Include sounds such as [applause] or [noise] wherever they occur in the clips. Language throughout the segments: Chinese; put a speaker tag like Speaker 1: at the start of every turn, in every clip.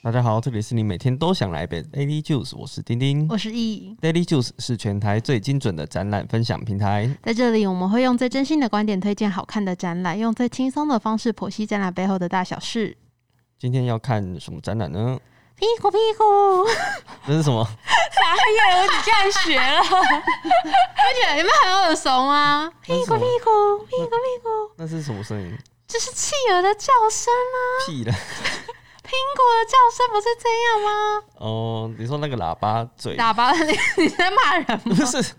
Speaker 1: 大家好，这里是你每天都想来一杯 Daily Juice，我是丁丁
Speaker 2: 我。是易。
Speaker 1: Daily Juice 是全台最精准的展览分享平台。
Speaker 2: 在这里，我们会用最真心的观点推荐好看的展览，用最轻松的方式剖析展览背后的大小事。
Speaker 1: 今天要看什么展览呢？
Speaker 2: 屁股屁
Speaker 1: [laughs]
Speaker 2: 股，
Speaker 1: 这是什么？
Speaker 3: 哎呀，我这样学了，
Speaker 2: 不觉得你们很耳熟吗？ [laughs] 屁
Speaker 1: 那是
Speaker 2: 股
Speaker 1: 什么
Speaker 2: 屁股，屁股屁股，
Speaker 1: 那是什么声音？
Speaker 2: 这是企鹅的叫声啊！
Speaker 1: 屁的。
Speaker 2: 苹果的叫声不是这样吗？
Speaker 1: 哦，你说那个喇叭嘴？
Speaker 2: 喇叭，你你在骂人
Speaker 1: [laughs] 不
Speaker 2: 吗？
Speaker 1: 是，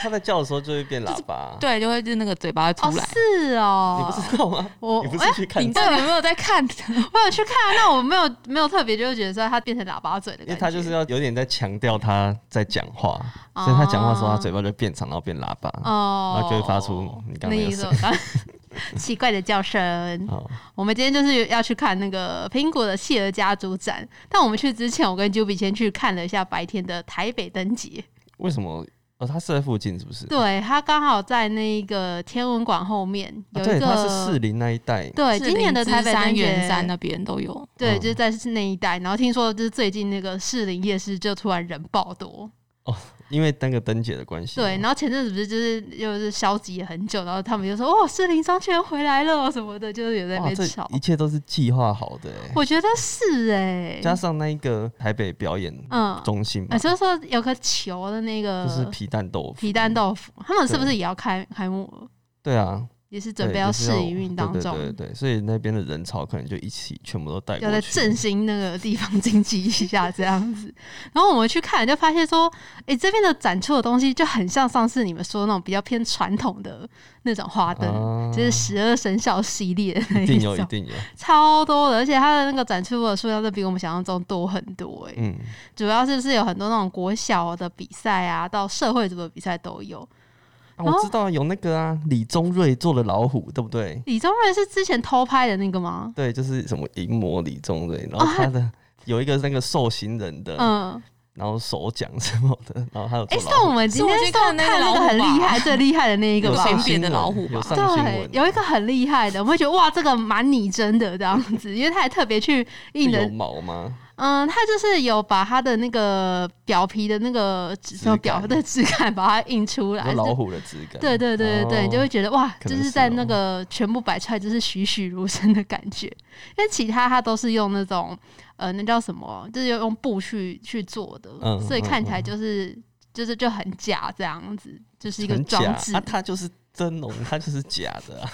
Speaker 1: 它在叫的时候就会变喇叭。
Speaker 3: 对，就会是那个嘴巴会出
Speaker 2: 哦，
Speaker 3: 来。
Speaker 2: 是
Speaker 1: 你
Speaker 2: 哦
Speaker 1: 不，知道吗？
Speaker 2: 我
Speaker 1: 你不
Speaker 2: 哎
Speaker 1: 是去看
Speaker 3: 你
Speaker 1: 展，
Speaker 3: 到底有没有在看？对
Speaker 2: 我有去看，啊那我没有没有特别就觉得说它变成喇叭嘴的
Speaker 1: 因为
Speaker 2: 感觉，
Speaker 1: 他就是要有点在强调他在讲话，所以他讲话的时候，他嘴巴就变长，然后变喇叭，
Speaker 2: 哦
Speaker 1: 然后就会发出你刚刚
Speaker 2: 那
Speaker 1: 那
Speaker 2: 一
Speaker 1: 个声
Speaker 2: 种。 [laughs] 奇怪的叫声。
Speaker 1: 哦，
Speaker 2: 我们今天就是要去看那个苹果的企鹅家族展，但我们去之前，我跟 Juby 先去看了一下白天的台北灯节。
Speaker 1: 为什么？哦，他是在附近是不是？
Speaker 2: 对，它刚好在那个天文馆后面有
Speaker 1: 啊、
Speaker 2: 一
Speaker 1: 对，
Speaker 2: 个。
Speaker 1: 它是士林那一带。
Speaker 2: 对，今年的台北灯
Speaker 3: 山、圆
Speaker 2: 节，
Speaker 3: 山那边都有。
Speaker 2: 对，
Speaker 1: 嗯
Speaker 2: 就是在那一带。然后听说就是最近那个士林夜市就突然人爆多，
Speaker 1: 因为那个灯节的关系。
Speaker 2: 对。然后前阵子不是就是就是消极了很久，然后他们就说哦，士林商圈回来了什么的，就是有在那
Speaker 1: 哇，
Speaker 2: 边
Speaker 1: 这
Speaker 2: 吵。
Speaker 1: 一切都是计划好的欸，
Speaker 2: 我觉得是哎、
Speaker 1: 加上那一个台北表演
Speaker 2: 嗯，
Speaker 1: 中心
Speaker 2: 啊，
Speaker 1: 嘛，
Speaker 2: 就是说有个球的那个
Speaker 1: 就是皮蛋豆腐。
Speaker 2: 皮蛋豆腐，他们是不是也要开开幕了？
Speaker 1: 对啊，
Speaker 2: 也是准
Speaker 1: 对
Speaker 2: 备
Speaker 1: 就
Speaker 2: 要
Speaker 1: 是
Speaker 2: 试营运当中，
Speaker 1: 对对对对，所以那边的人潮可能就一起全部都带过
Speaker 2: 要在
Speaker 1: 去
Speaker 2: 振兴那个地方经济一下这样子。然后我们去看，就发现说，诶，这边的展出的东西就很像上次你们说那种比较偏传统的那种花灯，
Speaker 1: 啊
Speaker 2: 就是十二生肖系列的那
Speaker 1: 一定有，一
Speaker 2: 种，
Speaker 1: 定有，
Speaker 2: 超多的，而且它的那个展出的数量都比我们想象中多很多、诶。 [laughs]
Speaker 1: 嗯，
Speaker 2: 主要是是有很多那种国小的比赛啊，到社会组的比赛都有。
Speaker 1: 啊，
Speaker 2: 然
Speaker 1: 我
Speaker 2: 后
Speaker 1: 知道有那个啊，李宗瑞做的老虎，对不对？
Speaker 2: 李宗瑞是之前偷拍的那个吗？
Speaker 1: 对，就是什么淫魔李宗瑞，然后他的、有一个那个受刑人的，
Speaker 2: 哦嗯，
Speaker 1: 然后手奖什么的，然后还有
Speaker 2: 哎、
Speaker 1: 做
Speaker 2: 算
Speaker 1: 老
Speaker 2: 我
Speaker 1: 虎，
Speaker 2: 们今天
Speaker 3: 是我去
Speaker 2: 算
Speaker 3: 看那个
Speaker 2: 看那
Speaker 3: 老
Speaker 2: 个
Speaker 3: 虎
Speaker 2: 很厉
Speaker 3: 吧
Speaker 2: 害、最厉害的那一个
Speaker 1: 有
Speaker 2: 吧
Speaker 3: 上。
Speaker 1: 上
Speaker 3: 新
Speaker 1: 新
Speaker 3: 扁的
Speaker 1: 闻
Speaker 3: 老虎
Speaker 1: 有
Speaker 3: 吧
Speaker 1: 上新
Speaker 2: 对
Speaker 1: 闻，，
Speaker 2: 有一个很厉害的，我会觉得哇，这个蛮拟真的这样子，因为他还特别去印
Speaker 1: 是
Speaker 2: 了
Speaker 1: 有，毛吗？
Speaker 2: 嗯，他就是有把他的那个表皮的那个纸什么
Speaker 1: 质感
Speaker 2: 表的质感把它印出
Speaker 1: 有
Speaker 2: 来，
Speaker 1: 老
Speaker 2: 就
Speaker 1: 虎的质感，
Speaker 2: 对对对对对，
Speaker 1: 哦
Speaker 2: 你就会觉得哇，
Speaker 1: 可
Speaker 2: 就
Speaker 1: 能
Speaker 2: 是
Speaker 1: 是
Speaker 2: 在
Speaker 1: 哦
Speaker 2: 那个全部摆出来就是栩栩如生的感觉。因为其他它都是用那种呃，那叫什么，就是用布去去做的，
Speaker 1: 嗯
Speaker 2: 所以
Speaker 1: 嗯啊
Speaker 2: 看起来
Speaker 1: 嗯
Speaker 2: 就是就是就很假这样子，就是一个
Speaker 1: 很假
Speaker 2: 装置。
Speaker 1: 啊，它就是真龙，它就是假的、
Speaker 2: [laughs]
Speaker 1: 啊。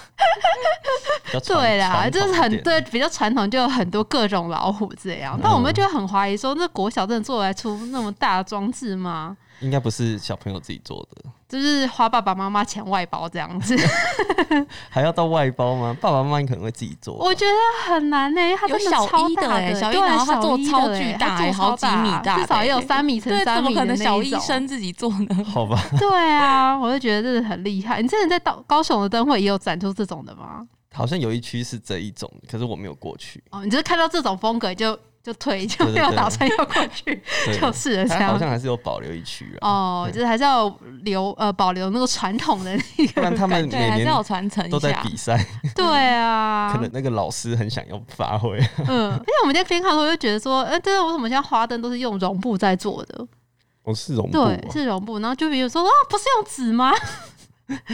Speaker 1: 比较传
Speaker 2: 对啦，
Speaker 1: 传
Speaker 2: 就
Speaker 1: 统
Speaker 2: 是
Speaker 1: 一
Speaker 2: 很
Speaker 1: 点
Speaker 2: 对，比较传统，就有很多各种老虎这样。但我们
Speaker 1: 嗯
Speaker 2: 就很怀疑说，那国小真的做得出那么大的装置吗？
Speaker 1: 应该不是小朋友自己做的，
Speaker 2: 就是花爸爸妈妈钱外包这样子， [laughs]
Speaker 1: 还要到外包吗？爸爸妈妈可能会自己做吧。
Speaker 2: 我觉得很难呢、因为它
Speaker 3: 有
Speaker 2: 真的
Speaker 3: 小
Speaker 2: 超
Speaker 3: 一的
Speaker 2: 大
Speaker 3: 欸小一
Speaker 2: 对啊
Speaker 3: 然后它
Speaker 2: 小
Speaker 3: 做
Speaker 2: 一
Speaker 3: 超
Speaker 2: 的
Speaker 3: 巨
Speaker 2: 欸
Speaker 3: 大
Speaker 2: 它
Speaker 3: 欸
Speaker 2: 做
Speaker 3: 好
Speaker 2: 超
Speaker 3: 几
Speaker 2: 大
Speaker 3: 米大
Speaker 2: 至少
Speaker 3: 的
Speaker 2: 也有
Speaker 3: 欸
Speaker 2: 三米乘
Speaker 3: 对，
Speaker 2: 三
Speaker 3: 怎么
Speaker 2: 米
Speaker 3: 可
Speaker 2: 的
Speaker 3: 能
Speaker 2: 那
Speaker 3: 小
Speaker 2: 一
Speaker 3: 医
Speaker 2: 种
Speaker 3: 生自己做呢？
Speaker 1: 好吧，
Speaker 2: [laughs] 对啊，我就觉得真的很厉害。你真的在高高雄的灯会也有展出这种的吗？
Speaker 1: 好像有一区是这一种，可是我没有过去。
Speaker 2: 哦，你就是看到这种风格就就退，就
Speaker 1: 对
Speaker 2: 没
Speaker 1: 对
Speaker 2: 有
Speaker 1: 对
Speaker 2: 打算要过去，
Speaker 1: 对，
Speaker 2: 就是了这
Speaker 1: 它好
Speaker 2: 样。
Speaker 1: 像还是有保留一区啊，
Speaker 2: 哦，就是还是要留呃保留那个传统的那
Speaker 1: 不 [laughs]
Speaker 2: 个
Speaker 1: 然他们
Speaker 3: 对，
Speaker 1: 每
Speaker 3: 还是要
Speaker 1: 年
Speaker 3: 传承
Speaker 1: 都
Speaker 3: 一
Speaker 1: 在
Speaker 3: 下。
Speaker 1: 比赛，
Speaker 2: 对啊
Speaker 1: 可，能那个老师很想要发挥。 [laughs]
Speaker 2: 嗯，而且我们在边看的时候就觉得说，哎、这为什么现在花灯都是用绒布在做的？
Speaker 1: 我是绒布哦，
Speaker 2: 对，是绒布。然后就比如说啊，不是用纸吗？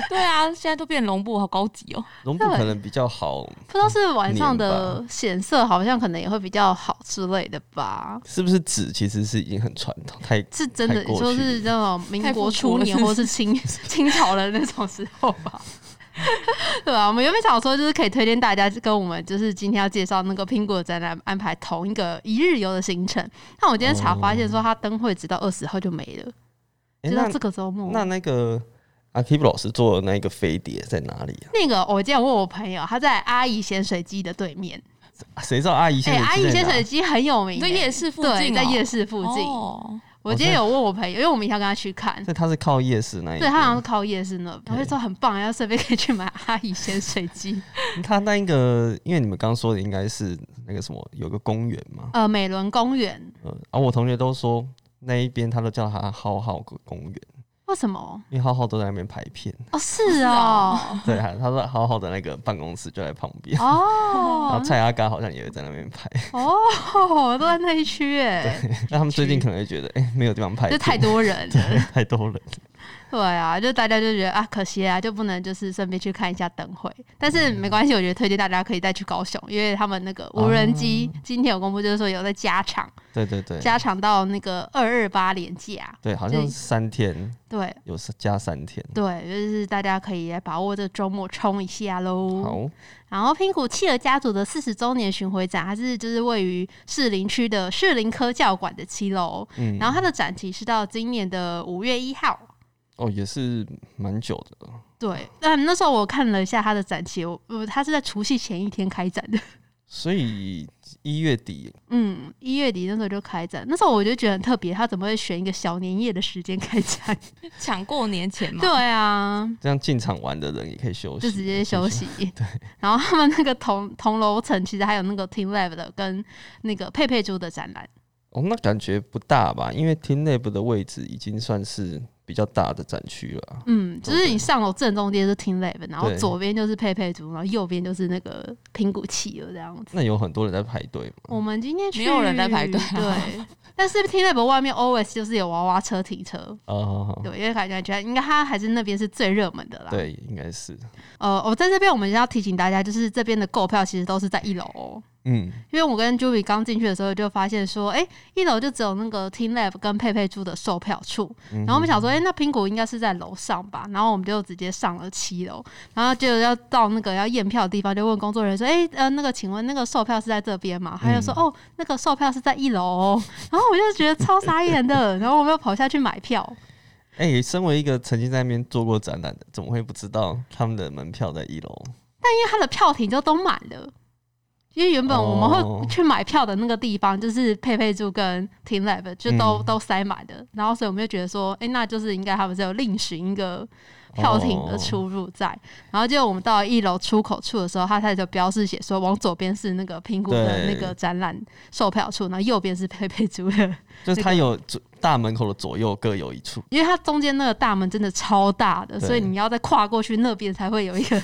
Speaker 3: 对啊，现在都变绒布，好高级哦。
Speaker 1: 绒布
Speaker 2: 对
Speaker 1: 可能比较好，
Speaker 2: 不知道是晚上
Speaker 1: 嗯
Speaker 2: 的显色好像可能也会比较好之类的吧。
Speaker 1: 是不是纸其实是已经很传统，太
Speaker 2: 是真
Speaker 1: 太
Speaker 2: 的，
Speaker 1: 过
Speaker 2: 你
Speaker 1: 去
Speaker 2: 说是那种民国初年
Speaker 3: 太复古了是不是
Speaker 2: 或是清 [laughs] 清朝的那种时候吧？对啊吧、我们原本想说，就是可以推荐大家跟我们就是今天要介绍那个苹果展览安排同一个一日游的行程。但我今天查发现说，它灯会直到二十号就没了，
Speaker 1: 哦诶
Speaker 2: 直到
Speaker 1: 哎那
Speaker 2: 这个周末。
Speaker 1: 那那个阿 Kib 老师做的那个飞碟在哪里啊
Speaker 2: 那个我今天问我朋友，他在阿姨咸水鸡的对面。
Speaker 1: 啊？谁知道阿姨
Speaker 2: 哎、
Speaker 1: 先？
Speaker 2: 阿姨咸水鸡很有名、欸，
Speaker 3: 你在夜市附
Speaker 2: 对，
Speaker 3: 近哦，
Speaker 2: 在夜市附近。
Speaker 3: 哦
Speaker 2: 我今天有问我朋友，因为我明天要跟他去看，
Speaker 1: 所以它是靠夜市那一
Speaker 2: 对他好像
Speaker 1: 边
Speaker 2: 是，靠夜市那边，
Speaker 1: 哎对
Speaker 2: 我就说很棒，要顺便可以去买阿姨咸水
Speaker 1: [laughs]
Speaker 2: 鸡，
Speaker 1: 它那一个，因为你们刚刚说的应该是那个什么，有个公园嘛，呃
Speaker 2: 呃，美伦公园，
Speaker 1: 嗯，啊，我同学都说那一边他都叫它浩浩公园，
Speaker 2: 为什么？
Speaker 1: 因为浩浩都在那边拍片。
Speaker 2: 哦，是哦，
Speaker 1: 对啊，他说浩浩的那个办公室就在旁边，然后
Speaker 2: 哦，
Speaker 1: 蔡阿嘎好像也在那边拍。 [laughs]
Speaker 2: 哦，都在那一区哎，
Speaker 1: 那他们最近可能会觉得，哎、没有地方拍
Speaker 2: 就
Speaker 1: 片，
Speaker 2: 太多人了。
Speaker 1: 对 [laughs] 太多人。
Speaker 2: [laughs] 对啊，就大家就觉得啊，可惜啊，就不能就是顺便去看一下灯会。但是没关系，我觉得推荐大家可以再去高雄，因为他们那个无人机、今天有公布，就是说有在加长，
Speaker 1: 对对哦对，
Speaker 2: 加长到那个二二八连假。
Speaker 1: 对，好像
Speaker 2: 对
Speaker 1: 是三天，
Speaker 2: 对
Speaker 1: 有是加三天。
Speaker 2: 对，就是大家可以来把握这个周末冲一下喽。
Speaker 1: 好，哦
Speaker 2: 然后，拼谷企鹅家族的四十周年巡回展，它是就是位于士林区的士林科教馆的七楼，
Speaker 1: 嗯，
Speaker 2: 然后它的展期是到今年的五月一号。
Speaker 1: 哦，也是蛮久的，
Speaker 2: 对，但那时候我看了一下它的展期，我我它是在除夕前一天开展的， [laughs]
Speaker 1: 所以一月底，
Speaker 2: 嗯，一月底那时候就开展。那时候我就觉得很特别，它怎么会选一个小年夜的时间开展？
Speaker 3: 抢过年前嘛
Speaker 2: 对，啊，
Speaker 1: 这样进场玩的人也可以休息，
Speaker 2: 就直接休。息。对，然后他们那个同同楼层其实还有那个 Team Lab 的跟那个佩佩猪的展览。
Speaker 1: 哦，那感觉不大吧？因为 Team Lab 的位置已经算是比较大的展区了啊。
Speaker 2: 嗯，就是你上楼正中间是 Team Lab，然后
Speaker 1: 对
Speaker 2: 左边就是佩佩猪，然后右边就是那个苹果企鹅这样子。
Speaker 1: 那有很多人在排队嘛？
Speaker 2: 我们今天去
Speaker 3: 没有人在排队啊
Speaker 2: 对。但是 Team Lab 外面 always 就是有娃娃车停车，
Speaker 1: 哦，
Speaker 2: 对，因为感觉觉得应该它还是那边是最热门的啦。，
Speaker 1: 对，应该是，
Speaker 2: 呃，我在这边我们要提醒大家，就是这边的购票其实都是在一楼、哦，
Speaker 1: 嗯，
Speaker 2: 因为我跟 Juby 刚进去的时候就发现说，哎、一楼就只有那个 Team Lab 跟佩佩猪的售票处，然后我们想说，哎、那苹果应该是在楼上吧，然后我们就直接上了七楼，然后就要到那个要验票的地方，就问工作人员说，哎、呃，那个请问那个售票是在这边吗？他就说，哦，那个售票是在一楼、哦， [laughs] 然后我就觉得超傻眼的，然后我们又跑下去买票，
Speaker 1: 哎、身为一个曾经在那边做过展览的，怎么会不知道他们的门票在一楼？
Speaker 2: 因为他的票亭就都满了。因为原本我们
Speaker 1: 哦
Speaker 2: 会去买票的那个地方，就是佩佩猪跟 Team Lab 就都、
Speaker 1: 嗯
Speaker 2: 都塞满的，然后所以我们就觉得说，哎、那就是应该他们是有另寻一个票亭的出入在。然后就我们到一楼出口处的时候，它开始就标示写说，往左边是那个评估的
Speaker 1: 对
Speaker 2: 那个展览售票处，然后右边是佩佩
Speaker 1: [laughs]
Speaker 2: 猪的，
Speaker 1: 就是它有左大门口的左右各有一处。
Speaker 2: 因为它中间那个大门真的超大的，
Speaker 1: 对
Speaker 2: 所以你要再跨过去那边才会有一个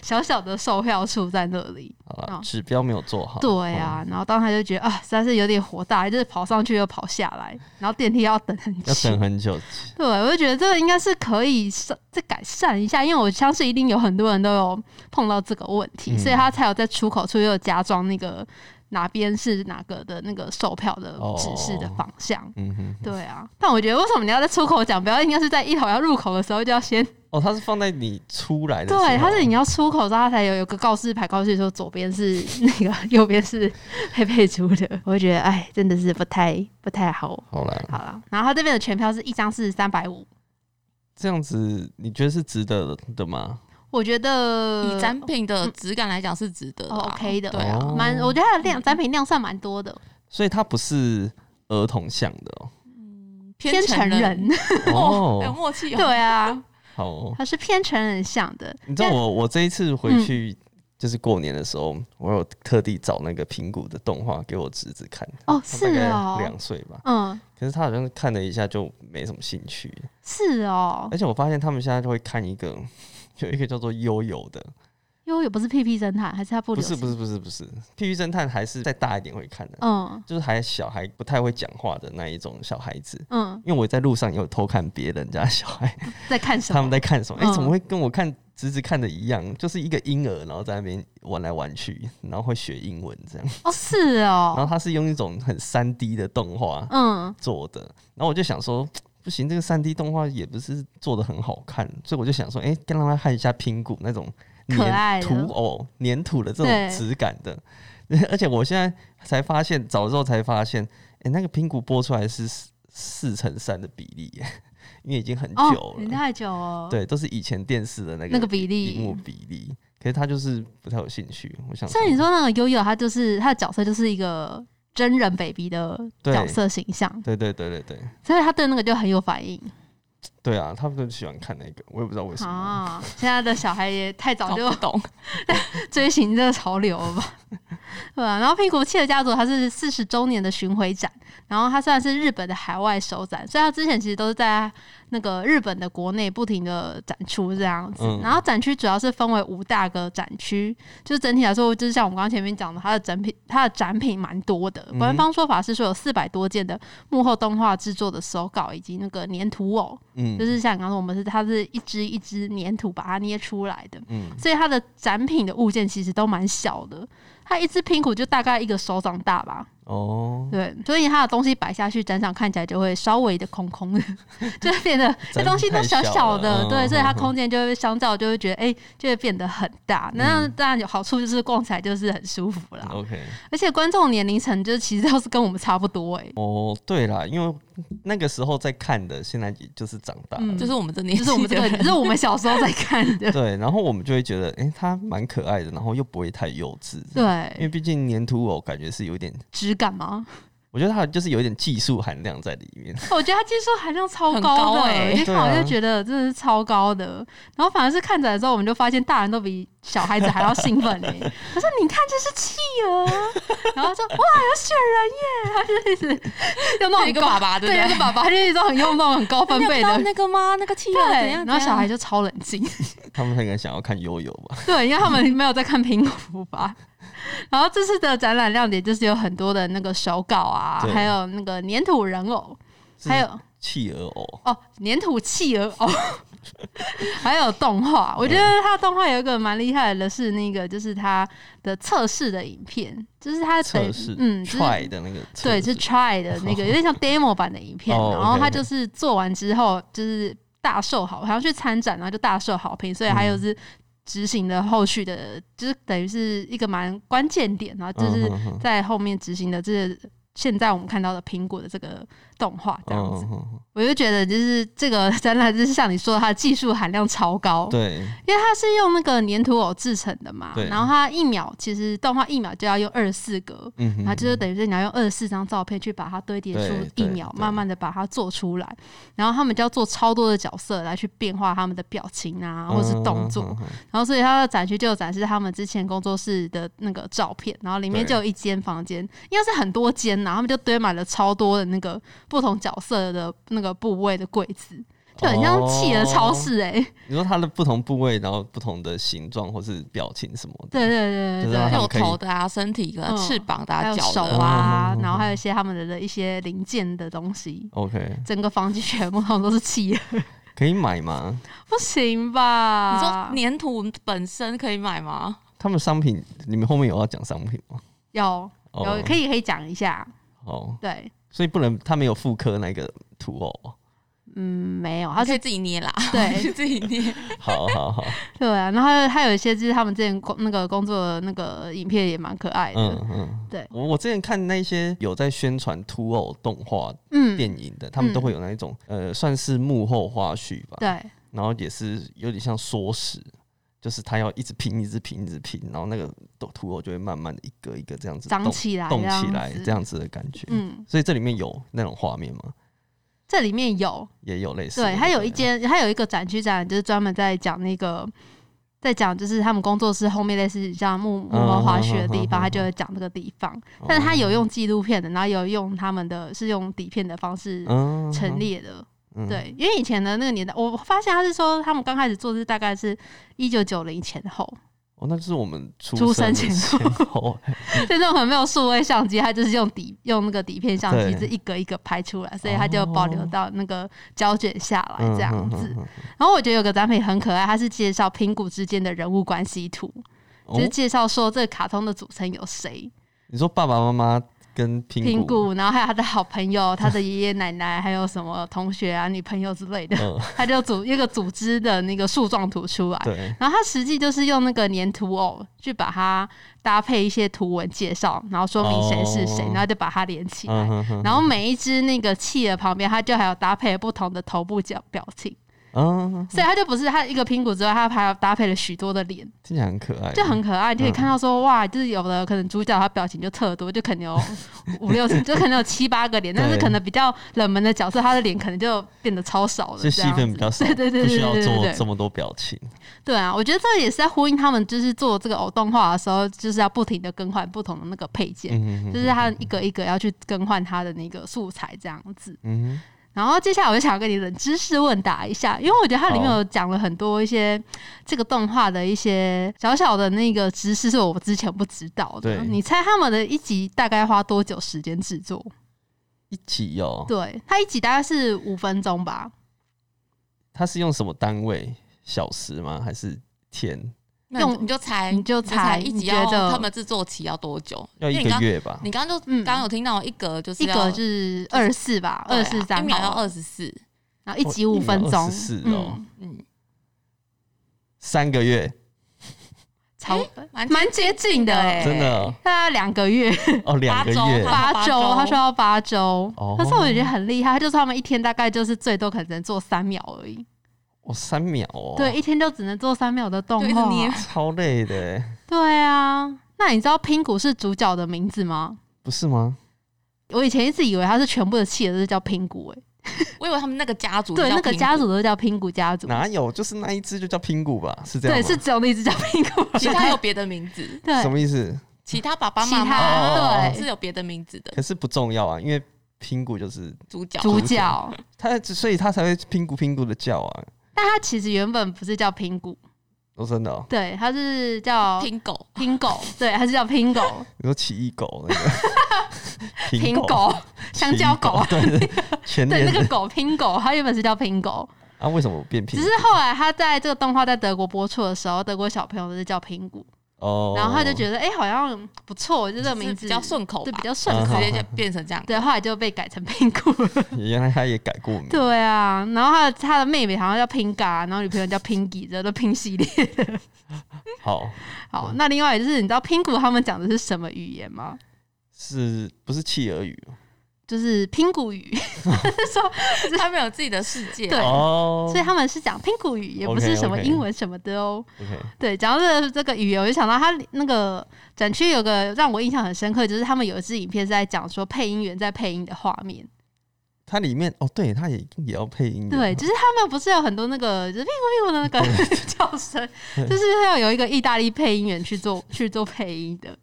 Speaker 2: 小小的售票处在那里。
Speaker 1: 好了，
Speaker 2: 哦
Speaker 1: 指标没有做好。
Speaker 2: 对
Speaker 1: 哦
Speaker 2: 啊，然后当时就觉得啊，实在是有点火大，就是跑上去又跑下来，然后电梯要等很
Speaker 1: 要
Speaker 2: 久。
Speaker 1: 等很久。
Speaker 2: 对，我就觉得这个应该是可以上再改善一下，因为我相信一定有很多人都有碰到这个问题，
Speaker 1: 嗯
Speaker 2: 所以他才有在出口处又有加装那个哪边是哪个的那个售票的
Speaker 1: 哦
Speaker 2: 指示的方向。
Speaker 1: 嗯哼，
Speaker 2: 对啊，但我觉得为什么你要在出口讲？不要应该是在一头要入口的时候就要先
Speaker 1: 哦，它是放在你出来的时哦候。
Speaker 2: 对，它是你要出口之后，它才有有个告示牌告示说左边是 [laughs] 那个，右边是 [laughs] 佩佩猪的。我就觉得哎，真的是不太不太好。
Speaker 1: 好啦，
Speaker 2: 好了，然后它这边的全票是一张是三百五，
Speaker 1: 这样子你觉得是值得的吗？
Speaker 2: 我觉得
Speaker 3: 以展品的质感来讲是值得的啊、
Speaker 2: 呃嗯哦，OK 的
Speaker 3: 对啊，
Speaker 1: 哦
Speaker 2: 蛮，我觉得它的量展品量算蛮多的，
Speaker 1: 所以它不是儿童向的哦。
Speaker 2: 偏成
Speaker 3: 成
Speaker 2: 人，
Speaker 3: 哦，有
Speaker 1: 哦，
Speaker 3: 默契哦。
Speaker 2: [laughs] 对啊，
Speaker 1: 好哦
Speaker 2: 它是偏成人向的。
Speaker 1: 你知道我我这一次回去。就是过年的时候，我有特地找那个苹果的动画给我侄子看，
Speaker 2: 哦，
Speaker 1: 他
Speaker 2: 是
Speaker 1: 大概
Speaker 2: 哦，
Speaker 1: 两岁吧。
Speaker 2: 嗯，
Speaker 1: 可是他好像是看了一下就没什么兴趣，
Speaker 2: 是哦，
Speaker 1: 而且我发现他们现在就会看一个， [laughs] 有一个叫做悠悠的，
Speaker 2: 悠悠不是屁屁侦探，还是它不
Speaker 1: 不
Speaker 2: 流
Speaker 1: 是
Speaker 2: 行？
Speaker 1: 不是不是不是，屁屁侦探还是再大一点会看的，
Speaker 2: 嗯
Speaker 1: 就是还小孩不太会讲话的那一种小孩子。
Speaker 2: 嗯，
Speaker 1: 因为我在路上有偷看别人家小孩，
Speaker 2: 在看什么？
Speaker 1: 他们在看什么？哎、
Speaker 2: 嗯
Speaker 1: 怎么会跟我看侄子看的一样？就是一个婴儿，然后在那边玩来玩去，然后会学英文这样。
Speaker 2: 哦，是
Speaker 1: 然后
Speaker 2: 哦，
Speaker 1: 他是用一种很三 D 的动画
Speaker 2: 嗯，
Speaker 1: 做的，然后我就想说。不行，这个三 D 动画也不是做的很好看，所以我就想说，哎、让他看一下拼骨那种
Speaker 2: 可爱
Speaker 1: 粘
Speaker 2: 的
Speaker 1: 土偶、粘土的这
Speaker 2: 对
Speaker 1: 种质感的。 [laughs] 而且我现在才发现，早的时候才发现，哎、那个拼骨播出来是四四乘三的比例 [laughs] 耶，因为已经很久
Speaker 2: 哦，
Speaker 1: 了，
Speaker 2: 你太久了，，
Speaker 1: 对，都是以前电视的那个
Speaker 2: 那个比
Speaker 1: 荧幕
Speaker 2: 例。
Speaker 1: 比例。可是他就是不太有兴趣，我想。
Speaker 2: 所以你说那个悠悠，他就是他的角色就是一个真人 baby 的
Speaker 1: 对
Speaker 2: 角色形象，
Speaker 1: 对对对对对
Speaker 2: 所以他对那个就很有反应。
Speaker 1: 对啊，他们都喜欢看那个，我也不知道为什么。
Speaker 2: 啊，现在的小孩也太早
Speaker 3: 搞
Speaker 2: 就
Speaker 3: 不懂，
Speaker 2: [laughs] 追寻这个潮流了吧， [laughs] 对吧、然后《屁股气的家族》它是四十周年的巡回展，然后它虽然是日本的海外首展，所以它之前其实都是在那个日本的国内不停的展出这样子。
Speaker 1: 嗯
Speaker 2: 然后展区主要是分为五大个展区，就是整体来说，就是像我们刚刚前面讲的，它的展品它的展品蛮多的。官方说法是说有四百多件的幕后动画制作的手稿以及那个粘土偶，就
Speaker 1: 嗯
Speaker 2: 是像刚刚说我们是它是一只一只粘土把它捏出来的。
Speaker 1: 嗯，
Speaker 2: 所以它的展品的物件其实都蛮小的，它一只苹果就大概一个手掌大吧。
Speaker 1: 哦，
Speaker 2: 对，所以它的东西摆下去，展场看起来就会稍微的空空的， [laughs] 就会
Speaker 1: [laughs]
Speaker 2: 变得这
Speaker 1: 展
Speaker 2: 东西都
Speaker 1: 太
Speaker 2: 小
Speaker 1: 小
Speaker 2: 小
Speaker 1: 了
Speaker 2: 的，
Speaker 1: 嗯
Speaker 2: 对，所以它
Speaker 1: 嗯嗯嗯
Speaker 2: 空间就会相较就会觉得哎、就会变得很大。那当然有好处就是逛起来就是啊很舒服啦，
Speaker 1: OK，
Speaker 2: 而且观众年龄层就是其实都是跟我们差不多哎、
Speaker 1: 哦，对啦，因为那个时候在看的，现在也就是长大了。
Speaker 2: 嗯
Speaker 3: 就是我们这年纪
Speaker 2: 就
Speaker 3: 的
Speaker 2: 是我
Speaker 3: 人，
Speaker 2: 们这个，就是我们小时候在看
Speaker 1: [laughs]
Speaker 2: 的，
Speaker 1: 对，然后我们就会觉得，哎、它蛮可爱的，然后又不会太幼稚。，因
Speaker 2: 对，
Speaker 1: 为毕竟粘土偶感觉是有点，
Speaker 2: 质感吗？
Speaker 1: 我觉得它就是有一点技术含量在里面。
Speaker 2: [laughs] 我觉得它技术含量超
Speaker 3: 很
Speaker 2: 高
Speaker 3: 高
Speaker 2: 的，
Speaker 3: 欸
Speaker 2: 一看我
Speaker 1: 对
Speaker 2: 就
Speaker 1: 啊
Speaker 2: 觉得真的是超高的。然后反而是看展的时候，我们就发现大人都比小孩子还要兴奋呢、 [laughs] 他说：“你看这是企鹅。”啊 [laughs] 然后说：“哇，有雪人耶！”他就一直 [laughs] 用那
Speaker 3: 有
Speaker 2: 种
Speaker 3: 一个
Speaker 2: 高
Speaker 3: 爸爸，
Speaker 2: 对，
Speaker 3: 不
Speaker 2: 有一个爸爸，他就一直用用那种很高分
Speaker 3: 你有
Speaker 2: 贝
Speaker 3: 看到
Speaker 2: 的。
Speaker 3: 那个吗？那个企鹅怎
Speaker 2: 对啊
Speaker 3: 样？，
Speaker 2: 然后小孩就
Speaker 3: 就
Speaker 2: 超冷静，
Speaker 1: 他们可能想要看悠悠吧？
Speaker 2: 对，因为他们没有在看苹果吧。然后这次的展览亮点就是有很多的那个手稿啊，
Speaker 1: 对
Speaker 2: 还有那个粘土人偶，
Speaker 1: 是
Speaker 2: 还有
Speaker 1: 企鹅偶，
Speaker 2: 哦，粘土企鹅哦， [laughs] 还有动画，我觉得他的动画有一个蛮厉害的是那个，就是他的测试的影片，就是他等
Speaker 1: 测试
Speaker 2: 嗯，就是
Speaker 1: try 的那个测
Speaker 2: 对，
Speaker 1: 试，
Speaker 2: 是
Speaker 1: [laughs]
Speaker 2: try 的那个，有点像 demo 版的影片。
Speaker 1: 哦
Speaker 2: 然后他
Speaker 1: OK，OK
Speaker 2: 就是做完之后，就是大受好，好像去参展，然后就大受好评，所以他又是执行了后续的，就是等于是一个蛮关键点，然后就是
Speaker 1: 嗯哼哼
Speaker 2: 在后面执行的这。现在我们看到的苹果的这个动画这样子，
Speaker 1: 嗯哼哼
Speaker 2: 我就觉得就是这个展览，就是像你说的，它的技术含量超高，
Speaker 1: 对，
Speaker 2: 因为它是用那个粘土偶制成的嘛，
Speaker 1: 对
Speaker 2: 然后它一秒其实动画一秒就要用二十四格。
Speaker 1: 嗯哼
Speaker 2: 它就是等于是你要用二十四张照片去把它堆叠出
Speaker 1: 对
Speaker 2: 一
Speaker 1: 对
Speaker 2: 秒，
Speaker 1: 对
Speaker 2: 慢慢的把它做出来，然后他们就要做超多的角色来去变化他们的表情啊，或是动作，
Speaker 1: 嗯哼哼
Speaker 2: 然后所以它的展区就有展示他们之前工作室的那个照片，然后里面
Speaker 1: 对
Speaker 2: 就有一间房间，应该是很多间呐、他们就堆满了超多的那个不同角色的那个部位的柜子，就很像企鹅超。
Speaker 1: 哦
Speaker 2: 市哎、
Speaker 1: 你说它的不同部位，然后不同的形状或是表情什么的，
Speaker 2: [laughs] 对对对对
Speaker 1: 就是让
Speaker 2: 对
Speaker 1: 他。
Speaker 3: 有
Speaker 1: 们可以
Speaker 3: 头的啊，身体的啊、
Speaker 2: 嗯
Speaker 3: 翅膀的
Speaker 2: 还
Speaker 3: 啊、
Speaker 2: 有
Speaker 3: 脚
Speaker 2: 手
Speaker 3: 的啊，
Speaker 2: 啊
Speaker 1: 嗯嗯，嗯
Speaker 2: 然后还有一些他们的的一些零件的东西，
Speaker 1: OK，
Speaker 2: 整个房间全部通通都是企鹅，
Speaker 1: 可以买吗？
Speaker 2: 不行吧？
Speaker 3: 啊你说粘土本身可以买吗？
Speaker 1: 他们商品，你们后面有要讲商品吗？
Speaker 2: 有有可
Speaker 1: 以
Speaker 2: 以可以讲一下，
Speaker 1: 哦，
Speaker 2: 对，
Speaker 1: 所以不能，他没有复刻那个图偶哦。
Speaker 2: 嗯，没有，
Speaker 3: 他
Speaker 2: 它
Speaker 3: 可以
Speaker 2: 是
Speaker 3: 自己捏啦，
Speaker 2: 对
Speaker 3: [laughs] 去自己
Speaker 2: [laughs]
Speaker 3: 捏。
Speaker 1: 好好好，
Speaker 2: 对啊，然后还有还有一些就是他们之前工那个工作的那个影片也蛮可爱的，
Speaker 1: 嗯嗯，
Speaker 2: 对
Speaker 1: 我我之前看那些有在宣传图偶动画
Speaker 2: 嗯，
Speaker 1: 电影的，他们都会有那一种呃，算是幕后花絮吧。
Speaker 2: 对，
Speaker 1: 然后也是有点像缩时，就是他要一直拼，一直拼，一直拼，然后那个图图偶就会慢慢的一个一个这样子
Speaker 2: 长
Speaker 1: 动
Speaker 2: 起来，
Speaker 1: 动起来
Speaker 2: 子
Speaker 1: 这。样子的感觉。
Speaker 2: 嗯，
Speaker 1: 所以这里面有那种画面吗？
Speaker 2: 这里面有，
Speaker 1: 也有类似的。
Speaker 2: 对，它有一间，它有一个展区展，就是专门在讲那个。在讲就是他们工作室后面类似像幕幕后滑雪的地
Speaker 1: 嗯嗯嗯嗯
Speaker 2: 方，
Speaker 1: 嗯
Speaker 2: 他就会讲这个地方。
Speaker 1: 哦，
Speaker 2: 但是他有用纪录片的，然后有用他们的是用底片的方式
Speaker 1: 嗯
Speaker 2: 陈，列的。
Speaker 1: 嗯，
Speaker 2: 对，因为以前的那个年代，我发现他是说他们刚开始做是大概是一九九零前后，
Speaker 1: 哦，那就是我们出
Speaker 2: 出
Speaker 1: 生
Speaker 2: 生
Speaker 1: 的
Speaker 2: 前
Speaker 1: 后，
Speaker 2: [laughs] 这种可能没有数位相机，它就是用底用那个底片相机，
Speaker 1: 对
Speaker 2: 这一格一格拍出来，所以它就保留到那个胶卷下来这样子。
Speaker 1: 嗯嗯嗯
Speaker 2: 然后我觉得有个展品很可爱，它是介绍拼骨之间的人物关系图，
Speaker 1: 嗯
Speaker 2: 就是
Speaker 1: 哦，
Speaker 2: 介绍说这个卡通的组成有谁，
Speaker 1: 你说爸爸妈妈跟
Speaker 2: 拼
Speaker 1: 苹
Speaker 2: 骨，然后还有他的好朋友、他的爷爷奶奶，还有什么同学啊、女朋友之类的，
Speaker 1: 嗯，
Speaker 2: [laughs] 他就组一个组织的那个树状图出来。
Speaker 1: 对，
Speaker 2: 然后他实际就是用那个粘土偶去把它搭配一些图文介绍，然后说明谁是谁，
Speaker 1: 哦
Speaker 2: 然后就把它连起来。
Speaker 1: 嗯哼哼，
Speaker 2: 然后每一只那个企鹅旁边，它就还有搭配不同的头部角表情，
Speaker 1: 嗯，
Speaker 2: 所以它就不是它一个苹果之外，它还搭配了许多的脸，
Speaker 1: 听起来很可爱，
Speaker 2: 就很可爱。
Speaker 1: 嗯
Speaker 2: 你可以看到说，哇，就是有的可能主角他表情就特多，就可能有五六，就可能有七八个脸，但是
Speaker 1: 对
Speaker 2: 可能比较冷门的角色，他的脸可能就变得超少了，
Speaker 1: 就
Speaker 2: 这
Speaker 1: 戏
Speaker 2: 样
Speaker 1: 份
Speaker 2: 子
Speaker 1: 比较少，
Speaker 2: 对对对
Speaker 1: 不需
Speaker 2: 对
Speaker 1: 要
Speaker 2: 对对
Speaker 1: 做
Speaker 2: 对
Speaker 1: 这么多表情。
Speaker 2: 对啊，我觉得这也是在呼应他们，就是做这个偶动画的时候，就是要不停的更换不同的那个配件，
Speaker 1: 嗯
Speaker 2: 就是他一个一个要去更换他的那个素材这样子。
Speaker 1: 嗯
Speaker 2: 然后接下来我就想要跟你冷知识问答一下，因为我觉得它里面
Speaker 1: 好
Speaker 2: 有讲了很多一些这个动画的一些小小的那个知识，是我之前不知道的。
Speaker 1: 对
Speaker 2: 你猜他们的一集大概花多久时间制作？
Speaker 1: 一集哦，
Speaker 2: 对，它一集大概是五分钟吧。
Speaker 1: 它是用什么单位？小时吗？还是天？
Speaker 3: 那你
Speaker 2: 用
Speaker 3: 你就猜，
Speaker 2: 你就猜
Speaker 3: 一
Speaker 2: 你
Speaker 3: 集
Speaker 2: 觉
Speaker 3: 要
Speaker 2: 得
Speaker 3: 他们制作期要多久？
Speaker 1: 要
Speaker 3: 因为
Speaker 1: 一
Speaker 3: 你
Speaker 1: 个
Speaker 3: 刚
Speaker 1: 月吧？
Speaker 3: 你刚刚就
Speaker 2: 嗯
Speaker 3: 刚刚有听到一格就是
Speaker 2: 一
Speaker 3: 要
Speaker 2: 个是二十四吧，
Speaker 3: 对
Speaker 2: 二
Speaker 3: 啊
Speaker 2: 十三
Speaker 3: 一秒要二十四，
Speaker 2: 然后一集
Speaker 1: 哦
Speaker 2: 五
Speaker 1: 一秒
Speaker 2: 分钟，
Speaker 1: 24哦
Speaker 2: 嗯，
Speaker 3: 嗯，
Speaker 1: 三个月，
Speaker 2: 超
Speaker 3: 蛮
Speaker 2: 蛮接近的
Speaker 3: 欸
Speaker 2: 哎、
Speaker 1: 真的哦
Speaker 2: 大概两个月，
Speaker 1: 哦，两个月
Speaker 3: 八周
Speaker 2: 八周，
Speaker 3: 周
Speaker 2: 他说要八周
Speaker 1: 哦，
Speaker 2: 但是我觉得很厉害，他就是他们一天大概就是最多可能只能做三秒而已，
Speaker 1: 哦，三秒哦，
Speaker 2: 对，，一天就只能做三秒的动
Speaker 3: 就一直
Speaker 2: 画，
Speaker 3: 捏
Speaker 1: 超累的，
Speaker 2: 对啊。那你知道拼谷是主角的名字吗？
Speaker 1: 不是吗？
Speaker 2: 我以前一直以为他是全部的企鹅都是叫拼谷、欸，
Speaker 3: 我以为他们那个家族
Speaker 2: 对，
Speaker 3: 叫
Speaker 2: 那个
Speaker 3: 苹
Speaker 2: 家
Speaker 3: 果，
Speaker 2: 族都叫拼谷家族，
Speaker 1: 哪有？就是那一只就叫拼骨吧？是这样
Speaker 2: 对，
Speaker 1: 吗？
Speaker 2: 是只有那一只叫拼谷，
Speaker 3: [laughs] 其他有别的名字，
Speaker 2: 对
Speaker 1: 什么意思？
Speaker 3: 其他爸爸
Speaker 2: 其
Speaker 3: 妈
Speaker 2: 他
Speaker 3: 妈
Speaker 2: 对
Speaker 3: 是有别的名字的
Speaker 1: 可是不重要啊，因为拼骨就是
Speaker 3: 主角。
Speaker 2: 主
Speaker 1: 主
Speaker 2: 角
Speaker 1: 角，它，所以它才会拼骨拼骨的叫啊。
Speaker 2: 但他其实原本不是叫拼谷，
Speaker 1: 哦，真的、哦，
Speaker 2: 对，他是叫
Speaker 3: 听狗，
Speaker 2: 拼狗，对，它是叫拼狗，
Speaker 1: 你说奇异狗那
Speaker 2: [laughs]
Speaker 1: 个 [laughs]
Speaker 2: 拼
Speaker 1: 拼
Speaker 2: 狗，香蕉狗啊，
Speaker 1: 奇异对，对全
Speaker 2: [laughs] 对，
Speaker 1: 年
Speaker 2: 那个
Speaker 1: 的
Speaker 2: 狗拼狗，它原本是叫拼狗，
Speaker 1: 啊？为什么变拼
Speaker 2: 只？是后来它在这个动画在德国播出的时候，德国小朋友都是叫拼骨，
Speaker 1: 哦，
Speaker 2: 然后他就觉得哎、诶好像不错，就这个名字
Speaker 3: 比较，顺口
Speaker 2: 对，
Speaker 3: 吧
Speaker 2: 比，较顺
Speaker 3: 就
Speaker 1: 嗯
Speaker 2: 口
Speaker 3: 直
Speaker 1: 好。
Speaker 3: 接就变成这样。
Speaker 2: 对，后来就被改成拼骨了。 [laughs]
Speaker 1: 原来他也改过名，
Speaker 2: 对啊，然后他的他的妹妹好像叫拼嘎，然后女朋友叫拼吉，这都拼系列。 [laughs]
Speaker 1: 好
Speaker 2: 好，那另外就是你知道拼骨他们讲的是什么语言吗？
Speaker 1: 是不是企鹅语？
Speaker 2: 就是拼骨语， [laughs]
Speaker 3: 他们有自己的世界，
Speaker 2: 对
Speaker 1: 哦，
Speaker 2: 所以他们是讲拼骨语，也不是什么
Speaker 1: OK，OK
Speaker 2: 英文什么的哦。
Speaker 1: OK，
Speaker 2: 对，讲到这个这个语言，我就想到他那个展区有个让我印象很深刻，就是他们有一支影片是在讲说配音员在配音的画面。
Speaker 1: 它里面哦，对，它也也要配音的，
Speaker 2: 对，就是他们不是有很多那个就是屁股屁股的那个 [laughs] 叫声，就是要有一个意大利配音员去做去做配音的。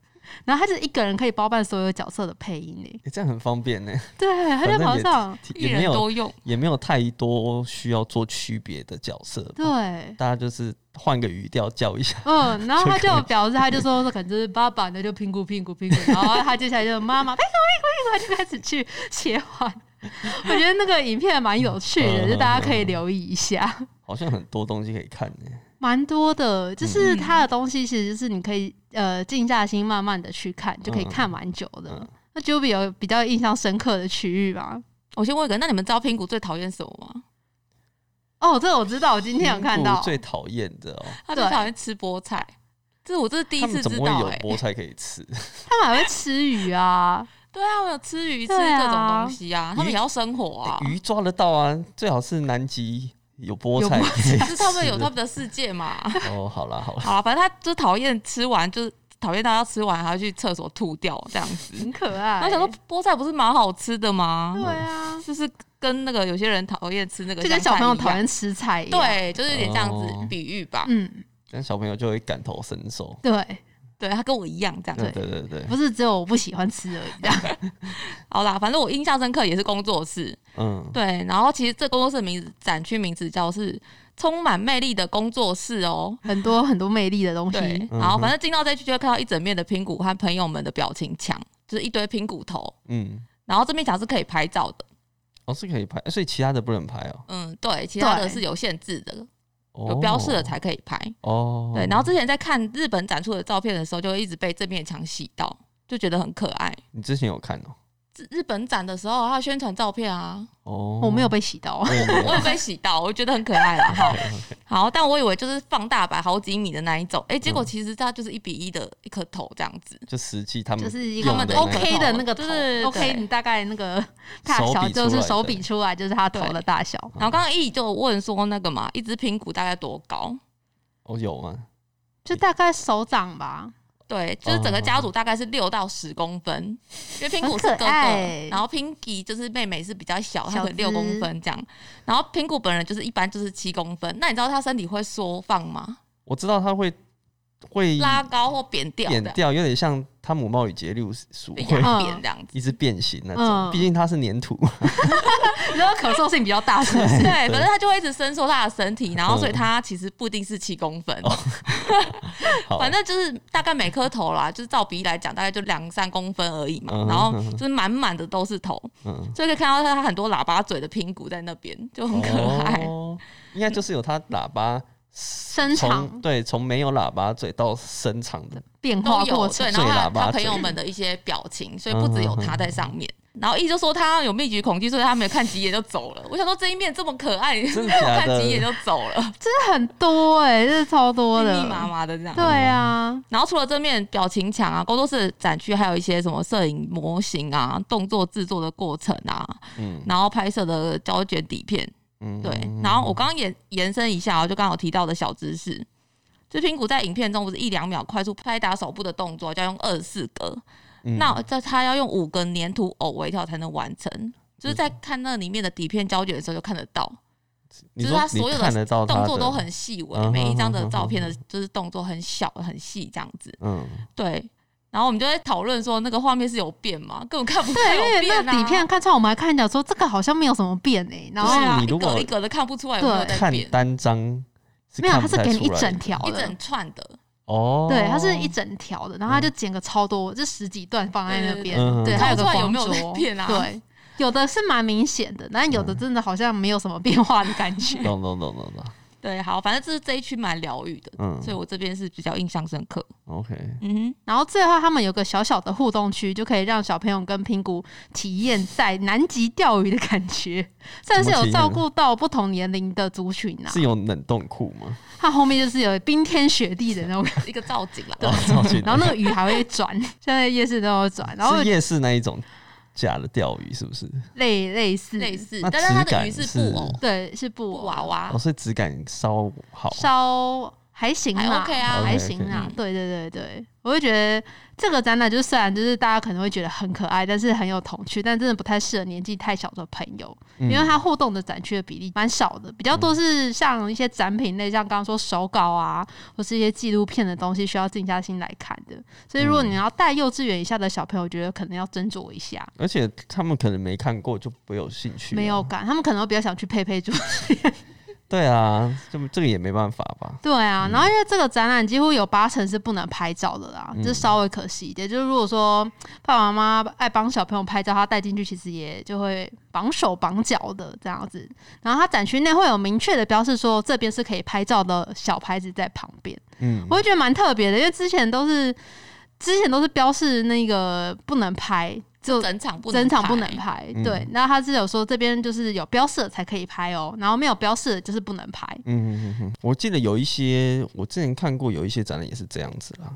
Speaker 2: 然后他就一个人可以包办所有角色的配音呢，
Speaker 1: 诶这样很方便
Speaker 2: [laughs]
Speaker 1: 呢，
Speaker 2: 对，他就
Speaker 1: 反正
Speaker 2: 跑上，
Speaker 3: 一
Speaker 1: 也没哦
Speaker 3: 人
Speaker 1: 有
Speaker 3: 多用，
Speaker 1: 也没有太多需要做区别的角色，
Speaker 2: 对，
Speaker 1: 大家就是换个语调叫一下，
Speaker 2: 嗯，然后他
Speaker 1: 就可
Speaker 2: 就表示，他就说，可能就是爸爸，那就屁股屁股屁股，然后他接下来就妈妈屁股屁股屁股，他就开始去切换。我觉得那个影片蛮有趣的，
Speaker 1: 嗯
Speaker 2: 就大家可以留意一下，
Speaker 1: 好像很多东西可以看呢。
Speaker 2: 蛮多的。就是他的东西，其实就是你可以呃静下心，慢慢的去看，就可以看蛮久的
Speaker 1: 嗯。
Speaker 2: 那 Juby 有比较印象深刻的区域吗？
Speaker 3: 我先问一个，那你们知道苹果最讨厌什么吗？
Speaker 2: 哦，这个我知道，我今天有看
Speaker 1: 印
Speaker 2: 到
Speaker 1: 度。最讨厌的哦，
Speaker 3: 他最
Speaker 2: 对
Speaker 3: 讨厌吃菠菜，这是我这是第一
Speaker 1: 他们
Speaker 3: 次
Speaker 1: 怎
Speaker 3: 知
Speaker 1: 么会
Speaker 3: 道
Speaker 1: 有
Speaker 3: 哎。
Speaker 1: 菠菜可以
Speaker 3: [laughs]
Speaker 1: 吃？哎
Speaker 2: 他们还会吃鱼啊，
Speaker 3: 对啊，我有吃鱼吃
Speaker 2: 对啊
Speaker 3: 这种东西啊，他们也要生活啊。
Speaker 1: 鱼抓得到啊，最好是南极有菠菜
Speaker 2: 有
Speaker 1: 可以吃。
Speaker 3: 是他们有他们的世界嘛？
Speaker 1: [laughs]
Speaker 3: [laughs]
Speaker 1: 哦，好啦好啦，
Speaker 3: 好啦，反正他就是讨厌吃完，就是讨厌到要吃完还要去厕所吐掉这样子。
Speaker 2: 很可爱。
Speaker 3: 然后想说菠菜不是蛮好吃的吗
Speaker 2: 对？啊，
Speaker 3: 就是跟那个有些人讨厌吃那个
Speaker 2: 就
Speaker 3: 香
Speaker 2: 跟
Speaker 3: 菜
Speaker 2: 小朋友
Speaker 3: 一样
Speaker 2: 讨厌吃菜一样。，
Speaker 3: 对，就是有点这样子
Speaker 1: 哦
Speaker 3: 比喻吧。
Speaker 2: 嗯，
Speaker 1: 但小朋友就会感同身
Speaker 3: [laughs]
Speaker 1: 受。
Speaker 2: 对。
Speaker 3: 对他跟我一样这样
Speaker 1: 对
Speaker 3: 子。
Speaker 1: 对对对，
Speaker 2: 不是只有我不喜欢吃而已。这样
Speaker 3: 好啦，反正我印象深刻也是工作室。
Speaker 1: 嗯，
Speaker 3: 对，然后其实这工作室的名字展区名字叫是充满魅力的工作室哦。
Speaker 2: 很多很多魅力的东
Speaker 3: 对
Speaker 2: 西，，
Speaker 1: 嗯
Speaker 3: 然后
Speaker 1: 哼
Speaker 3: 反正进到这一区就会看到一整面的拼骨和朋友们的表情墙，就是一堆拼骨头。
Speaker 1: 嗯，
Speaker 3: 然后这面墙是可以拍照的，
Speaker 1: 哦是可以拍，所以其他的不能拍哦。
Speaker 3: 嗯，对，其他的
Speaker 2: 对
Speaker 3: 是有限制的，
Speaker 1: 哦
Speaker 3: 有标示的才可以拍。
Speaker 1: 哦，
Speaker 3: 对，然后之前在看日本展出的照片的时候，就会一直被这面墙洗到，就觉得很可爱。
Speaker 1: 你之前有看哦？
Speaker 3: 日日本展的时候，他宣传照片啊，
Speaker 1: 哦，
Speaker 2: 我没有被洗到
Speaker 1: 我，
Speaker 3: [laughs]
Speaker 1: 也没有，哦
Speaker 3: 我有被洗到，我觉得很可
Speaker 1: [laughs]
Speaker 3: 爱啦。哈。
Speaker 1: OK，OK
Speaker 3: 好，但我以为就是放大版好几米的那一种，哎、结果其实它就是一比一的一颗头这样子。
Speaker 1: 就实际他们
Speaker 2: 就是一
Speaker 1: 用
Speaker 2: 个
Speaker 3: 他们
Speaker 1: 的
Speaker 3: 的
Speaker 1: 那
Speaker 2: OK 的那个头
Speaker 3: 对对对
Speaker 2: ，OK，你大概那个大小就是手比出来就是它头的大小。
Speaker 3: 然后刚刚一就问说那个嘛，一只苹果大概多高？
Speaker 1: 哦有吗？
Speaker 2: 就大概手掌吧，
Speaker 3: 对，
Speaker 1: 哦
Speaker 3: 就是整个家族大概是六到十公分，因为苹果是
Speaker 2: 很可
Speaker 3: 哥哥
Speaker 2: 爱，
Speaker 3: 然后 Pinky 就是妹妹是比较小，她
Speaker 2: 小
Speaker 3: 可能六
Speaker 2: 只
Speaker 3: 公分这样，然后苹果本人就是一般就是七公分。那你知道她身体会缩放吗？
Speaker 1: 我知道他会会
Speaker 3: 拉高或扁掉
Speaker 1: 扁
Speaker 3: 的，
Speaker 1: 掉，有点像汤姆猫与杰六鼠
Speaker 3: 比
Speaker 1: 会
Speaker 3: 较
Speaker 2: 嗯
Speaker 3: 扁这样子。
Speaker 1: [laughs] 一直变形那
Speaker 2: 嗯
Speaker 1: 种，毕竟它是粘
Speaker 3: [laughs]
Speaker 1: 土，
Speaker 2: 你知道可塑性比较大是不是？
Speaker 3: 对，可是她就会一直伸缩她的身体，然后所以
Speaker 1: 嗯
Speaker 3: 她其实不一定是七公分，
Speaker 1: 哦好
Speaker 3: 反正就是大概每颗头啦，就是照比例来讲，大概就两三公分而已嘛。
Speaker 1: 嗯哼
Speaker 3: 然后
Speaker 1: 嗯哼
Speaker 3: 就是满满的都是头，
Speaker 1: 嗯。
Speaker 3: 所以可以看到它很多喇叭嘴的苹果在那边，就很可爱。嗯
Speaker 1: 哦、应该就是有它喇叭伸
Speaker 2: 长
Speaker 1: 对，从没有喇叭嘴到伸长
Speaker 3: [laughs]
Speaker 1: 的，
Speaker 2: 变
Speaker 3: 都
Speaker 2: 化过
Speaker 3: 有
Speaker 2: 程
Speaker 3: 对，然后
Speaker 1: 最
Speaker 3: 还
Speaker 1: 喇
Speaker 3: 有
Speaker 1: 叭
Speaker 3: 他
Speaker 1: 嘴
Speaker 3: 朋友们的一些表情，所以不只有他在上面。然后一就说他有密集恐惧，所以他没有看几眼就走了。我想说这一面这么可爱，你
Speaker 1: 真的
Speaker 3: [laughs] 没有
Speaker 1: 假
Speaker 3: 看
Speaker 1: 的
Speaker 3: 几眼就走
Speaker 1: [laughs]
Speaker 3: 了，
Speaker 2: 这很多哎，这是超多
Speaker 3: 密
Speaker 2: 的
Speaker 3: 密，麻麻的这样
Speaker 2: 对。啊，
Speaker 3: 然后除了这面表情墙啊，工作室展区还有一些什么摄影模型啊、动作制作的过程啊，
Speaker 1: 嗯
Speaker 3: 然后拍摄的胶卷底片，
Speaker 1: 嗯，
Speaker 3: 对。然后我刚刚也延伸一下、啊，就刚好提到的小知识，就苹果在影片中不是一两秒快速拍打手部的动作，就要用二四格，
Speaker 1: 嗯
Speaker 3: 那这他要用五个粘土偶微跳才能完成。就是
Speaker 1: 嗯
Speaker 3: 在看那里面的底片胶卷的时候就看得到，
Speaker 1: 你
Speaker 3: 就是
Speaker 1: 说
Speaker 3: 他
Speaker 1: 你
Speaker 3: 所有的
Speaker 1: 看得到它
Speaker 3: 动作
Speaker 1: 哦的
Speaker 3: 都很细微，
Speaker 1: 嗯
Speaker 3: 每一张
Speaker 1: 哼
Speaker 3: 的
Speaker 1: 哼
Speaker 3: 照片
Speaker 1: 哼
Speaker 3: 的就是动作很小很细这样子。
Speaker 1: 嗯，
Speaker 3: 对，然后我们就在讨论说那个画面是有变吗？根本看不出
Speaker 2: 对，
Speaker 3: 来
Speaker 2: 因
Speaker 3: 有
Speaker 2: 为那
Speaker 3: 变啊。
Speaker 2: 个底片看出来，我们还看讲说这个好像没有什么变哎，然
Speaker 3: 对
Speaker 2: 后
Speaker 3: 啊，
Speaker 1: 你
Speaker 3: 一
Speaker 1: 如果
Speaker 3: 格一格的看不出来有没有
Speaker 2: 对
Speaker 3: 在
Speaker 1: 看
Speaker 3: 变，
Speaker 1: 单张是
Speaker 2: 没有，
Speaker 1: 看不
Speaker 2: 它是
Speaker 1: 太
Speaker 2: 给你
Speaker 1: 出
Speaker 2: 一
Speaker 1: 来
Speaker 2: 整
Speaker 1: 的
Speaker 2: 条
Speaker 3: 一
Speaker 2: 的，
Speaker 3: 整串的。
Speaker 1: 哦，
Speaker 2: 对，它是一整条的，然后它就剪个超多，这十几段放在那
Speaker 1: 对
Speaker 2: 边
Speaker 1: 对，对
Speaker 2: 对，
Speaker 1: 嗯
Speaker 2: 还有
Speaker 3: 看不
Speaker 2: 个
Speaker 3: 出来有
Speaker 2: 光
Speaker 3: 没有在
Speaker 2: 桌
Speaker 3: 变啊
Speaker 2: 对，有的是蛮明显的，但有
Speaker 1: 嗯
Speaker 2: 的真的好像没有什么变化的感觉。
Speaker 3: [laughs]
Speaker 1: 懂懂懂懂懂，
Speaker 3: 对，好，反正这是这一区蛮疗愈的，
Speaker 1: 嗯
Speaker 3: 所以我这边是比较印象深刻。
Speaker 1: ，OK，
Speaker 3: 嗯哼。
Speaker 2: 然后最后他们有个小小的互动区，就可以让小朋友跟苹果体验在南极钓鱼的
Speaker 1: [laughs]
Speaker 2: 感觉，算是
Speaker 1: 怎么
Speaker 2: 有
Speaker 1: 体验
Speaker 2: 照顾到不同年龄的族群啊
Speaker 1: 是。有冷冻库吗？
Speaker 2: 它后面就是有冰天雪地的那种，
Speaker 3: 一个造景啦。
Speaker 1: 哦，超
Speaker 3: [laughs]
Speaker 1: 级
Speaker 2: 然后那个鱼还会转， [laughs] 现在夜市都有转，然后
Speaker 1: 是夜市那一种假的钓鱼是不是？
Speaker 2: 类类似
Speaker 3: 类似
Speaker 1: 那，
Speaker 3: 但是它
Speaker 1: 质感
Speaker 3: 的鱼是
Speaker 1: 是
Speaker 3: 布偶、
Speaker 2: 对是布
Speaker 3: 布
Speaker 2: 偶啊
Speaker 3: 娃娃
Speaker 1: 哦，，所以质感稍好，啊
Speaker 2: 稍还行
Speaker 3: 还
Speaker 1: 哦
Speaker 2: 啦
Speaker 3: OK 啊
Speaker 2: 还
Speaker 1: OK，OK
Speaker 2: 行啊
Speaker 3: 嗯。
Speaker 2: 对对对对，我会觉得这个展览就是虽然就是大家可能会觉得很可爱，但是很有童趣，但真的不太适合年纪太小的朋友，
Speaker 1: 因
Speaker 2: 因为它互动的展区的比例蛮少的，比较多是像一些展品类，像刚刚说手稿啊，或是一些纪录片的东西，需要静下心来看的。所以如果
Speaker 1: 嗯
Speaker 2: 你要带幼稚园以下的小朋友，我觉得可能要斟酌一下。
Speaker 1: 而且他们可能没看过，就不会有兴趣、啊
Speaker 2: 没有，感，他们可能会比较想去佩佩猪
Speaker 1: 对啊，这这个也没办法吧？
Speaker 2: 对啊，然后因为这个展览几乎有八成是不能拍照的啦，
Speaker 1: 嗯
Speaker 2: 这稍微可惜一点。就是如果说爸爸妈妈爱帮小朋友拍照，他带进去其实也就会绑手绑脚的这样子。然后它展区内会有明确的标示说这边是可以拍照的小牌子在旁边，
Speaker 1: 嗯，
Speaker 2: 我会觉得蛮特别的，因为之前都是之前都是标示那个不能拍，就
Speaker 3: 整场不能
Speaker 2: 整场不
Speaker 3: 拍
Speaker 2: 能拍，
Speaker 1: 嗯
Speaker 2: 对。那他是有说这边就是有标示的才可以拍哦，然后没有标示的就是不能拍。
Speaker 1: 嗯嗯嗯，我记得有一些，我之前看过有一些展览也是这样子啦，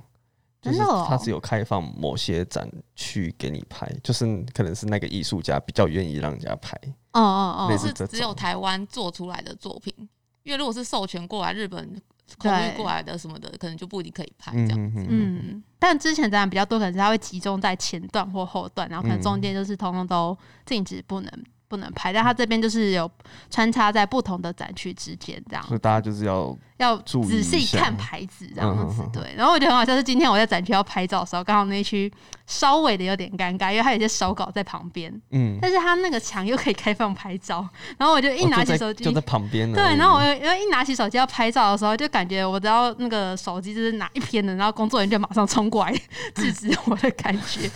Speaker 1: 就是
Speaker 2: 真的哦
Speaker 1: 它只有开放某些展区给你拍，就是可能是那个艺术家比较愿意让人家拍，
Speaker 2: 嗯嗯嗯
Speaker 1: 类
Speaker 3: 就
Speaker 1: 似，
Speaker 3: 是
Speaker 1: 这种
Speaker 3: 只有台湾做出来的作品，因为如果是授权过来日本空
Speaker 2: 对
Speaker 3: 运过来的什么的，可能就不一定可以
Speaker 2: 啊
Speaker 3: 拍这样。
Speaker 1: 嗯嗯
Speaker 2: 嗯，但之前展览比较多，可能是它会集中在前段或后段，然后可
Speaker 1: 嗯
Speaker 2: 能中间就是通通都禁止不能不能拍，但它这边就是有穿插在不同的展区之间，这样
Speaker 1: 所以大家就是要
Speaker 2: 要
Speaker 1: 注意
Speaker 2: 仔
Speaker 1: 一
Speaker 2: 细
Speaker 1: 下
Speaker 2: 看牌子这样子
Speaker 1: 嗯嗯嗯。
Speaker 2: 对，然后我觉得很好笑，是今天我在展区要拍照的时候，刚好那一区稍微的有点尴尬，因为它有一些手稿在旁边，
Speaker 1: 嗯，
Speaker 2: 但是它那个墙又可以开放拍照，然后我就一
Speaker 1: 哦
Speaker 2: 拿
Speaker 1: 就
Speaker 2: 起
Speaker 1: 在
Speaker 2: 手机
Speaker 1: 就在旁边呢，
Speaker 2: 对，然后我因为一拿起手机要拍照的时候，就感觉我只要那个手机就是哪一篇的，然后工作人员就马上冲过来 [laughs] 制止我的感觉，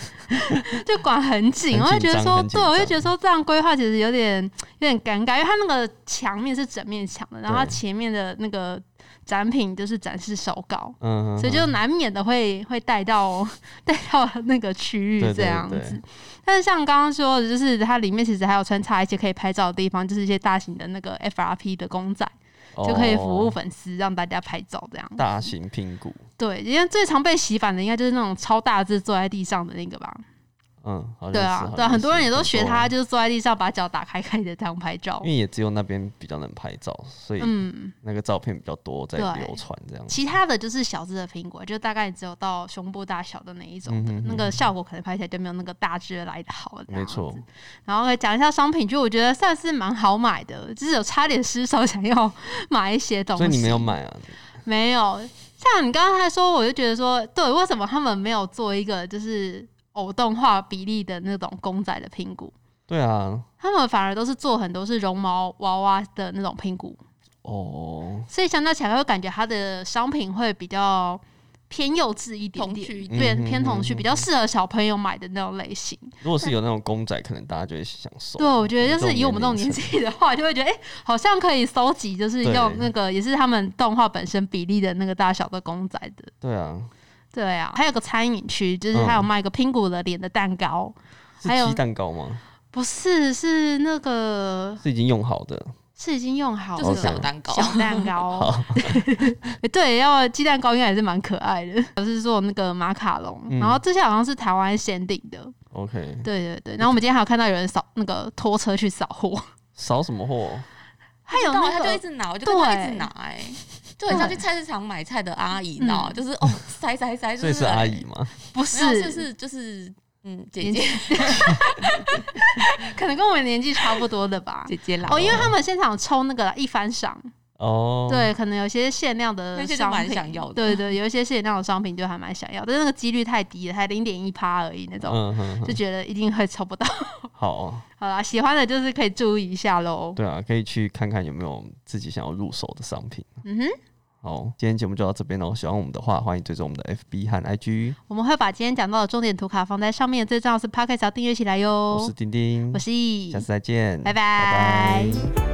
Speaker 2: 就管很紧。 [laughs]
Speaker 1: 很
Speaker 2: 我就觉得
Speaker 1: 紧张
Speaker 2: 说
Speaker 1: 很，紧
Speaker 2: 对，我就
Speaker 1: 张
Speaker 2: 觉得说这样规划其其实有点有点尴尬，因为它那个墙面是整面墙的，然后它
Speaker 1: 对
Speaker 2: 前面的那个展品就是展示手稿，
Speaker 1: 嗯，
Speaker 2: 所以就难免的会会带到 [laughs] 带到那个区域
Speaker 1: 对对
Speaker 2: 这样子。
Speaker 1: 对
Speaker 2: 但是像刚刚说的，就是它里面其实还有穿插一些可以拍照的地方，就是一些大型的那个 FRP 的公仔，就可以服务
Speaker 1: 哦
Speaker 2: 粉丝让大家拍照这样。
Speaker 1: 大型评估。
Speaker 2: 对，因为最常被洗版的应该就是那种超大字坐在地上的那个吧？
Speaker 1: 嗯，好像
Speaker 2: 对啊
Speaker 1: 是，
Speaker 2: 对啊，很多人也都学，他，
Speaker 1: 好像
Speaker 2: 就是坐在地上把脚打开开始这样拍照
Speaker 1: 是很多因。为也只有那边比较能拍照，所以
Speaker 2: 嗯，
Speaker 1: 那个照片比较多在
Speaker 2: 对
Speaker 1: 流传这样。
Speaker 2: 其他的就是小只的苹果，就大概只有到胸部大小的那一种的，
Speaker 1: 嗯哼
Speaker 2: 那个效果可能拍起来就没有那个大只的来的好。这样
Speaker 1: 没错
Speaker 2: 子，然后可以讲一下商品，就我觉得算是蛮好买的，就是有差点失手想要买一些东西。
Speaker 1: 所以你没有买啊？
Speaker 2: 没有，像你刚刚才说，我就觉得说，对，为什么他们没有做一个就是偶动画比例的那种公仔的拼骨？
Speaker 1: 对啊，
Speaker 2: 他们反而都是做很多是绒毛娃娃的那种拼骨，
Speaker 1: 哦，
Speaker 2: 所以相较起来会感觉它的商品会比较偏幼稚一点
Speaker 3: 童
Speaker 2: 点，
Speaker 3: 趣一点。
Speaker 2: 对，
Speaker 1: 嗯
Speaker 2: 偏童
Speaker 1: 嗯
Speaker 2: 趣，
Speaker 1: 嗯
Speaker 2: 比较适合小朋友买的那种类型。
Speaker 1: 如果是有那种公仔，可能大家就会享受。
Speaker 2: 对，我觉得就是以我们这种年
Speaker 1: 龄层，
Speaker 2: 纪的话，就会觉得哎、诶好像可以搜集，就是
Speaker 1: 对
Speaker 2: 用那个也是他们动画本身比例的那个大小的公仔的
Speaker 1: 对啊，
Speaker 2: 对啊，还有个餐饮区，就是还有卖一个拼骨的脸的蛋糕，
Speaker 1: 是
Speaker 2: 还有
Speaker 1: 鸡蛋糕吗？
Speaker 2: 不是是那个
Speaker 1: 是已经用好的，
Speaker 2: 是已经用
Speaker 1: 嗯
Speaker 2: 好的
Speaker 3: 就是小蛋糕，
Speaker 2: 小蛋糕。 [laughs] 对，要鸡蛋糕应该也是蛮可爱的，我是做那个马卡龙，
Speaker 1: 嗯
Speaker 2: 然后这些好像是台湾限定的。
Speaker 1: OK，
Speaker 2: 对对对，然后我们今天还有看到有人扫那个拖车去扫货，
Speaker 1: 少什么货？
Speaker 2: 还有
Speaker 3: 到
Speaker 2: 那
Speaker 3: 他就一
Speaker 2: 个。
Speaker 3: 直拿，我就跟他一直
Speaker 2: 对
Speaker 3: 拿、哎，就很像去菜市场买菜的阿姨，你知道吗？
Speaker 2: 嗯
Speaker 3: 就是哦，塞塞塞，
Speaker 1: 所
Speaker 3: 就
Speaker 1: 以
Speaker 3: 是
Speaker 1: 是阿姨吗？
Speaker 2: 不
Speaker 3: 没有，
Speaker 2: 是，
Speaker 3: 就是就是嗯，姐
Speaker 2: 年纪
Speaker 3: 姐
Speaker 2: [laughs] 可能跟我们年纪差不多的吧。
Speaker 3: 姐姐啦，
Speaker 2: 哦，因为他们现场抽那个啦一番赏，
Speaker 1: 哦，，
Speaker 2: 对，可能有些限量的
Speaker 3: 那些就
Speaker 2: 商
Speaker 3: 蛮
Speaker 2: 品，
Speaker 3: 想要的
Speaker 2: 对对，有一些限量的商品就还蛮想要，但是那个几率太低了，才零点一趴而已那种，
Speaker 1: 嗯哼
Speaker 2: 就
Speaker 1: 哼，
Speaker 2: 觉得一定会抽不到。 [laughs]
Speaker 1: 好，
Speaker 2: 好啦，喜欢的就是可以注意一下喽。
Speaker 1: 对啊，可以去看看有没有自己想要入手的商品。
Speaker 2: 嗯哼，
Speaker 1: 好，今天节目就到这边喽。喜欢我们的话，欢迎追踪我们的 FB 和 IG。
Speaker 2: 我们会把今天讲到的重点图卡放在上面，最重要的是 p o c k e t 要订阅起来
Speaker 1: 我
Speaker 2: 哟
Speaker 1: 是。丁丁
Speaker 2: 我，是易
Speaker 1: 下次再见，
Speaker 2: 拜拜
Speaker 1: 拜拜